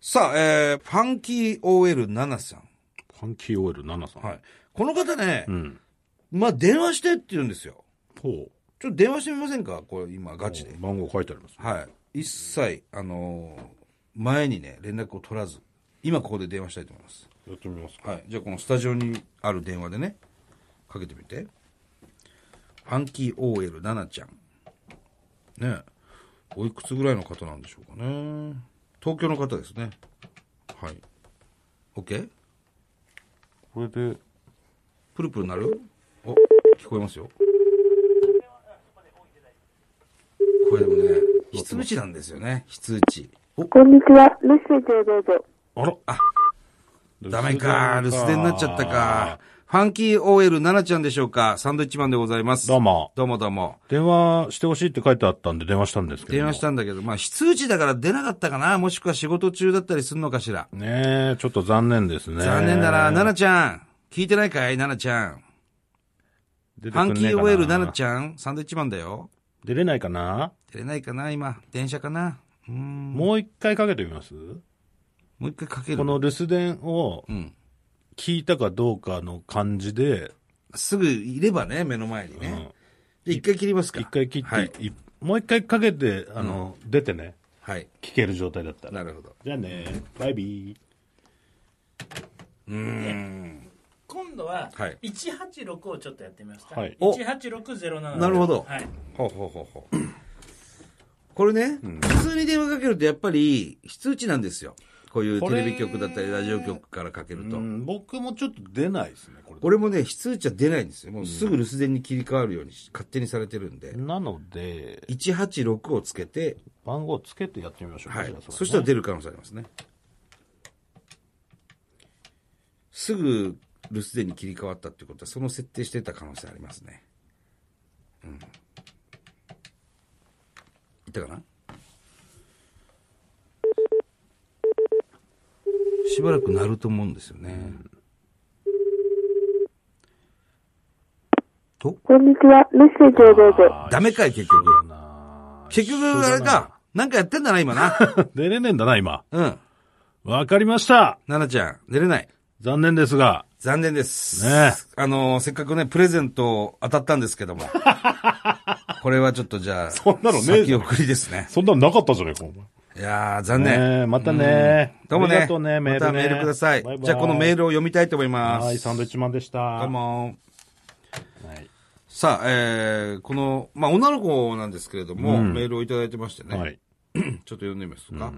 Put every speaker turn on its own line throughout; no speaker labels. さあ、えー、ファンキー OL7 さん。
ファンキー OL7 さん。
はい。この方ね
う、ん。
まあ、電話してって言うんですよ。
ほう。
ちょっと電話してみませんかこれ今、ガチで。
番号書いてありますね。
はい。一切、あのー前にね、連絡を取らず、今ここで電話したいと思います。
やってみますか。
はい。じゃあ、このスタジオにある電話でね、かけてみて。ファンキー OL7 ちゃん。ねえおいくつぐらいの方なんでしょうかね。東京の方ですね。はい。OK?
これで、
プルプルなるお、聞こえますよ。これでもね、非通知なんですよね。非通知。お、
こんにちは。メッセージをどうぞ。
あら
あダメか。留守電になっちゃったか。。ファンキー OL7 ちゃんでしょうかサンドイッチマンでございます。
どう。も。
どうもどうも。
電話してほしいって書いてあったんで電話したんですけど。
電話したんだけど、まあ、非通知だから出なかったかなもしくは仕事中だったりするのかしら。
ねえ、ちょっと残念ですね。
残念だな。ナナちゃん。聞いてないかいナナちゃん。
出て
フ
くん
ァ
ね
ン
え
キ
かな
ー OL7 ちゃん、サンドイッチマンだよ。
出れないかな
出れないかな今。電車かなうーん。も
もう一回かけてみます
う一回かける。
この留守電を
うん。
聞いたかどうかの感じで、
すぐいればね、目の前に
うん
ね。で一回切りますか。
一回切って、
はい。
いもう一回かけて、あの、出てね、
はい。
聞ける状態だったら。
なるほど。
じゃあね、バイビー。
うーん。
今度は
はい
186をちょっとやってみますか、
はい
お
186077
なるほど
はい、
ほうほうほうほう。これね、普通に電話かけるとやっぱり非通知なんですよ。こういうテレビ局だったりラジオ局からかけると。
うん僕もちょっと出ないですね、これ。
俺もね、非通知は出ないんですよ。もうすぐ留守電に切り替わるようにし勝手にされてるんで、
なので、
186をつけて、
番号つけてやってみましょうか。
はい
じゃあ。れね
そしたら出る可能性ありますね。すぐ留守電に切り替わったってことは、その設定してた可能性ありますね。うん。いったかなしばらく鳴ると思うんですよね。と
こんにちは。メッセージをどうぞ。
ダメかい、結局。
なあ
結局、あれか。なんかやってんだな、今な。
出れねえんだな、今。
うん。
わかりました。
奈々ちゃん、寝れない。
残念ですが。
残念です。
ねえ
あのー、せっかくね、プレゼント当たったんですけど も。これはちょっとじゃあ、
そんなのねえじゃん
先送りですね。
そんなのなかったじゃねえか、お前。
いやー、残念。
ねえ、またね。
どうもね。
ありがとうね、メール、ね。
またメールください。じゃあ、このメー
ル。
ルを読みたいと思います。
はい、サンドイッチマンでした。
どうも。
はい。
さあ、えー、この、まあ、女の子なんですけれども、
うん
メールをいただいてましてね。
はい。
ちょっと読んでみますか。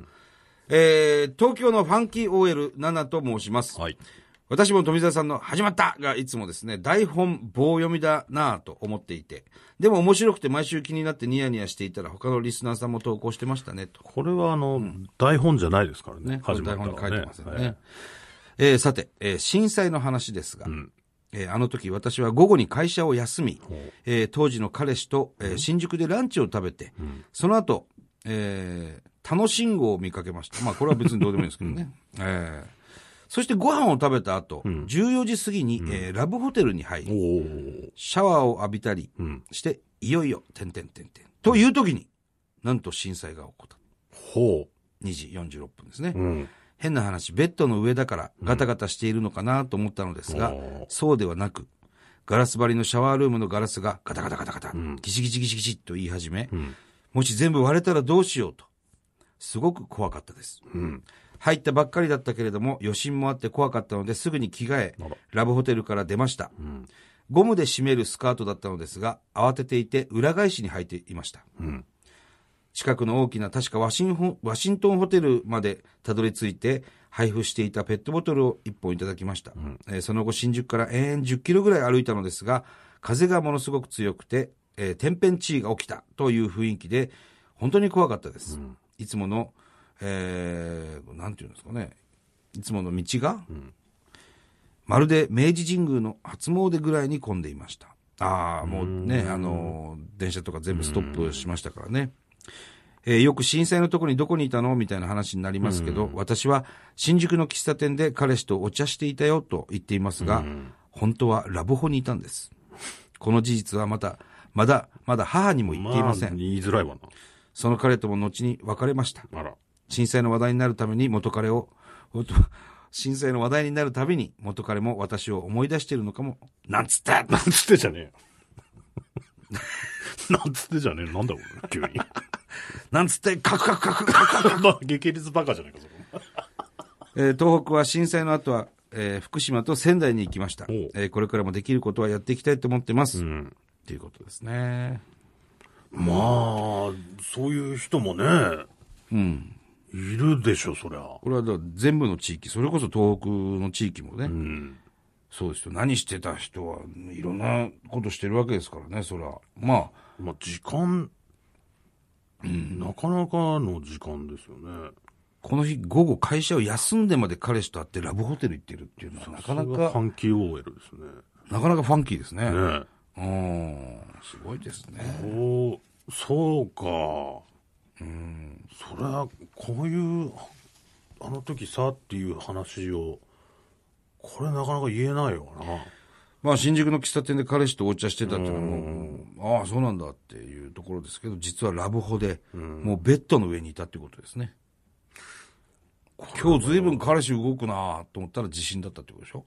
えー、東京のファンキー OL7 と申します。
はい。
私も富澤さんの始まったがいつもですね、台本棒読みだなぁと思っていて、でも面白くて毎週気になってニヤニヤしていたら他のリスナーさんも投稿してましたね、と。
これはあの、台本じゃないですからね。
ね、これ
始ま
台
った
本に書いてますよね。
はい
えーさて、えー震災の話ですが、
ん
えーあの時私は午後に会社を休み
う、
えー当時の彼氏と、えー新宿でランチを食べて、その後、えー、楽しんごを見かけました。まあこれは別にどうでもいいんですけどね。 えーそしてご飯を食べた後、14時過ぎに、えーラブホテルに入
お
り、
ー
シャワーを浴びたり
うん。
して、いよいよ、てんてんてんてん。という時に、なんと震災が起こった。
ほ
2時46分ですね。
う。うん。
変な話、ベッドの上だからガタガタしているのかなと思ったのですが、
おー
そうではなく、ガラス張りのシャワールームのガラスがガタガタガタガタ、ギシギシギシギシと言い始め、
ん
もし全部割れたらどうしようと、すごく怖かったです。
うん。
入ったばっかりだったけれども、余震もあって怖かったのですぐに着替え
あら、
ラブホテルから出ました。
うん。
ゴムで締めるスカートだったのですが、慌てていて裏返しに履いていました。
うん。
近くの大きな確かワシンホワシントンホテルまでたどり着いて配布していたペットボトルを1本いただきました、えーその後新宿から延々10キロぐらい歩いたのですが風がものすごく強くて、えー天変地異が起きたという雰囲気で本当に怖かったです、いつもの、えー、なんていうんですかねいつもの道が、まるで明治神宮の初詣ぐらいに混んでいましたああもうねあのー電車とか全部ストップしましたからね、えーよく震災のとこにどこにいたのみたいな話になりますけど、私は新宿の喫茶店で彼氏とお茶していたよと言っていますが、本当はラブホにいたんです。この事実はまた、まだ、まだ母にも言っていません。
言いづらいわ
その彼とも後に別れました。
な。あら。
震災の話題になるために元彼を、 おっと震災の話題になるたびに元彼も私を思い出しているのかも。なんつった
なんつってじゃねえよ。 なんつってじゃねえよなんだこれ、急に。
なんつってカクカクカクカク
まあ、激烈バカじゃねえか、それ。
えー東北は震災の後は、えー福島と仙台に行きました、
おう
えーこれからもできることはやっていきたいと思ってます、
ん
っていうことですね
まあ、そういう人もね、
うん
いるでしょ、そりゃ。
これはだから全部の地域それこそ東北の地域もね、そうですよ何してた人はいろんなことしてるわけですからねそれはまあ
まあ、時間、なかなかの時間ですよね。
この日午後会社を休んでまで彼氏と会ってラブホテル行ってるっていうのはなかな
それがファ
か
ンキー OL ですね。
なかなかファンキーですね
ね
うんすごいですね
え。おそうか。うん。そりゃ、こういう、あの時さっていう話を、これなかなか言えないよな。
まあ、新宿の喫茶店で彼氏とお茶してたっていうのはもう、ああ、そうなんだっていうところですけど、実はラブホで、もうベッドの上にいたってことですね。今日ずいぶん彼氏動くなと思ったら地震だったってことでしょ
っ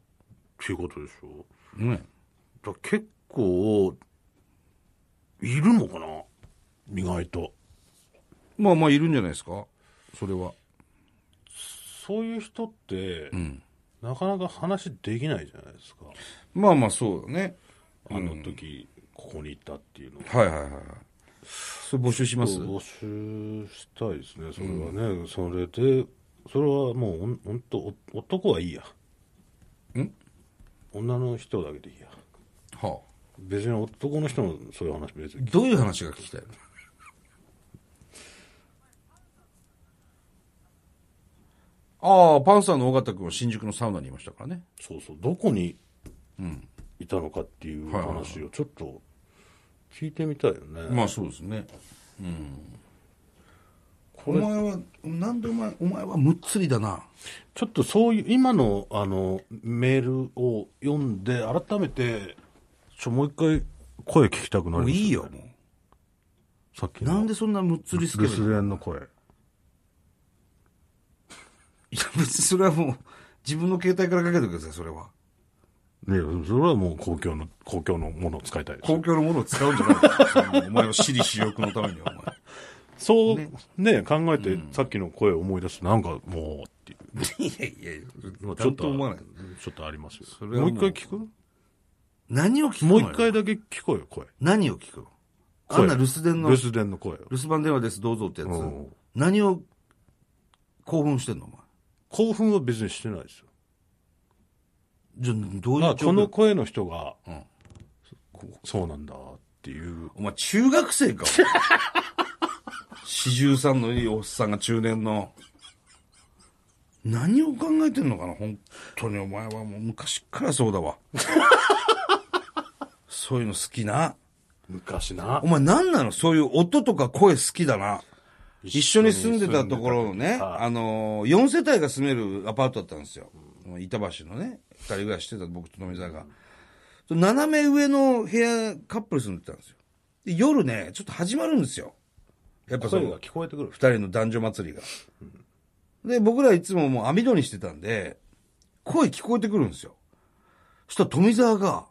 ていうことでしょ。
ね。
だから結構、いるのかな意外と。
まあまあ、いるんじゃないですかそれは。
そういう人って、
ん
なかなか話できないじゃないですか。
まあまあ、そうだね。
あの時、ここにいたっていうのを。
はいはいはいはい。それ募集します
募集したいですね、それはね。それで、それはもうほん、ほんと、お男はいいや。
ん
女の人だけでいいや。
はあ。
別に男の人のそういう話別に。
どういう話が聞きたいのああ、パンサーの尾形君は新宿のサウナにいましたからね。
そうそう、どこにいたのかっていう
はいはいはい
話をちょっと聞いてみたいよね。
まあそうですね。うん。お前は、なんでお前、お前はむっつりだな。
ちょっとそういう、今の、あの、メールを読んで、改めて、ちょ、もう一回、声聞きたく
も
なりま
う
したね
いいよ、も
さっき
う。
の。
なんでそんなむっつりすける
留守
のい
電の声。
や、別にそれはもう、自分の携帯からかけてください、それは。
ねそれはもう公共の、公共のものを使いたいです
公
よ。
共のものを使うんじゃないそのお前は私利私欲のために、お前。
そう、ね考えて、さっきの声を思い出すと、なんかもう、っていう。
いやいやい
まあ
や、ちょっと思わない。
ちょっとありますよ。
それは
も
も
う
う
一回聞く
何を聞くの
もう
よ
一回だけ聞こえよ、声。
何を聞くのあ
声
んな留守電の、
留
留
守電の声を。
守番電話です、どうぞってやつ
うん。
何を興奮してんの、お前。
興奮は別にしてないですよ。
じゃあ、どうい
あ
う状況
この声の人が、
うん
こそうなんだっていう。
お前中学生か 四十三のいいおっさんが中年の。何を考えてんのかな本当にお前はもう昔っからそうだわ。 そういうの好きな。
昔な
お。前何なのそういう音とか声好きだな。一緒に住んでたところのね、あ
あ
のー、4世帯が住めるアパートだったんですよ。板橋のね、二人暮らししてた僕と富澤が。斜め上の部屋、カップル住んでたんですよ。で夜ね、ちょっと始まるんですよ。やっぱそ
声が
の、
聞こえてくる
二。人の男女祭りが。で、僕らいつももう網戸にしてたんで、声聞こえてくるんですよ。そしたら富澤が、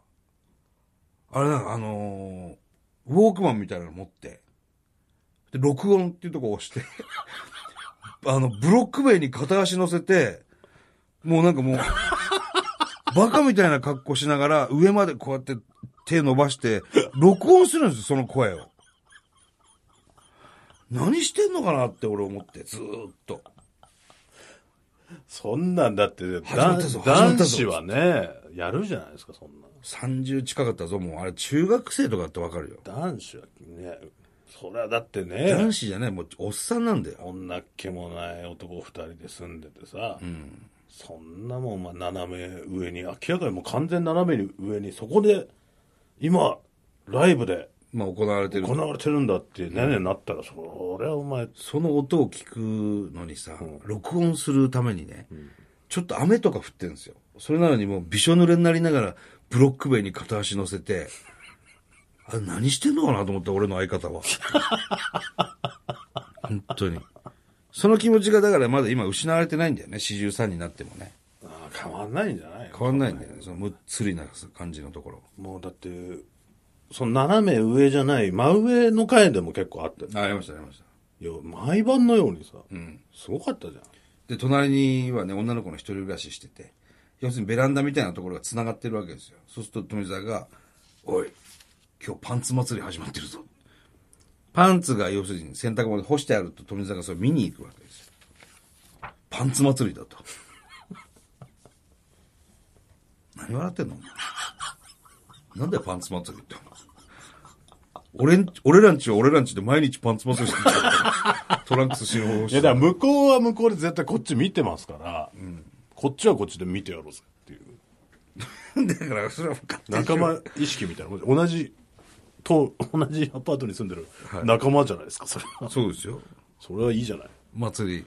あれなんかあのーウォークマンみたいなの持って、で、録音っていうとこ押して、 あの、ブロック塀に片足乗せて、もうなんかもう、バカみたいな格好しながら、上までこうやって手伸ばして、録音するんですよ、その声を。何してんのかなって俺思って、ずーっと。
そんなんだって、
始まったぞ
だ
始ま
ん
ったぞ
男子はね、やるじゃないですか、そんな。
30近かったぞ、もう。あれ、中学生とかだってわかるよ。
男子はね、そりゃだってね
男、子じゃない、もう、おっさんなんだよ。
女っ気もない男二人で住んでてさ、そんなもん、まあ、斜め上に、明らかにもう完全斜めに上に、そこで、今、ライブで
まあ、行われてる
行。われてるんだってね、なったら、そりゃお前、
その音を聞くのにさ、録音するためにね、ちょっと雨とか降ってるんですよ。それなのにもう、びしょ濡れになりながら、ブロック塀に片足乗せて、 あれ、 何してんのかなと思った、俺の相方は。本当に。その気持ちがだからまだ今失われてないんだよね、43になってもね。
あ変わんないんじゃない
変わんないんだよね、そのむっつりな感じのところ。
もうだって、その斜め上じゃない、真上の階でも結構あったよ
あ、ありました、ありました。
いや、毎晩のようにさ、
うん。
すごかったじゃん。
で、隣にはね、女の子の一人暮らししてて、要するにベランダみたいなところが繋がってるわけですよ。そうすると富澤が、おい、今日パンツ祭り始まってるぞ。パンツが要するに洗濯物で干してあると富澤がそれ見に行くわけですよ。パンツ祭りだと。 何笑ってんのお前なんだよパンツ祭りって。俺ん、俺らんちは俺らんちで毎日パンツ祭りしてるからトランクス死ぬ方法
いや、だから向こうは向こうで絶対こっち見てますから、こっちはこっちで見てやろうぜっていう。
だから、それは分かってる
仲間意識みたいなもんで同じ、と、同じアパートに住んでる仲間じゃないですか、それは。
そうですよ。
それはいいじゃない。
祭り。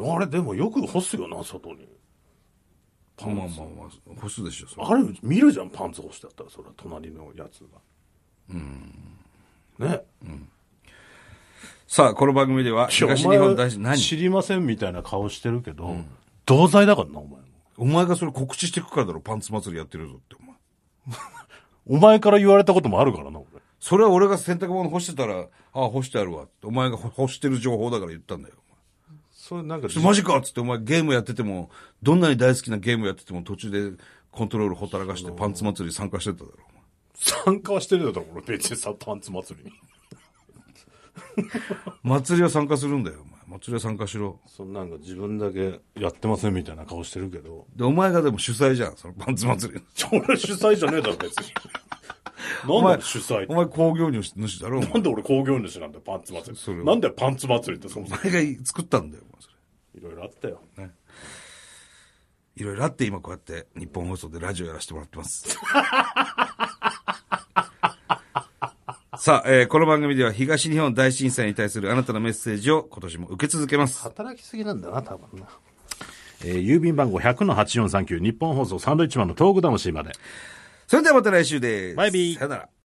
あれ、でもよく干すよな、外に。
まあまあまあ、干すでしょ、それ
あれ、見るじゃん、パンツ干してあったら、それは隣のやつが。うん。ね。
さあ、この番組ではい
や
東日本大
お
震
前は
災、
知
何
りませんみたいな顔してるけど、同罪だからな、お前も。
お前がそれ告知してくからだろ、パンツ祭りやってるぞって、お前。
お前から言われたこともあるからな、俺。
それは俺が洗濯物干してたら、ああ、干してあるわって。お前が干してる情報だから言ったんだよ。
それなんか、
お前マジかっつって、お前ゲームやってても、どんなに大好きなゲームやってても途中でコントロールほったらかしてパンツ祭り参加してただろ。お前
参加はしてるだろ、俺、別にさ、パンツ祭りに。
祭りは参加するんだよ、お前。祭りは参加しろ。
そのなんか自分だけやってませんみたいな顔してるけど、
で、お前がでも主催じゃん、そのパンツ祭りの。
ちょ俺主催じゃねえだろ、別に。
お
なん
前
で主催
お前工業主だろ、お前
なんで俺工業主なんだよ、パンツ祭
それ
り。
は
なんでパンツ祭りってそもそも。
お前が作ったんだよ、お前それ。
いろいろあったよ。
いろいろあって今こうやって日本放送でラジオやらせてもらってます。 さあ、えーこの番組では東日本大震災に対するあなたのメッセージを今年も受け続けます。
働きすぎなんだな、多分な。えー郵便番号100-8439、日本放送サンドイッチマンの東北魂まで。
それではまた来週です。
バイビー
さよなら。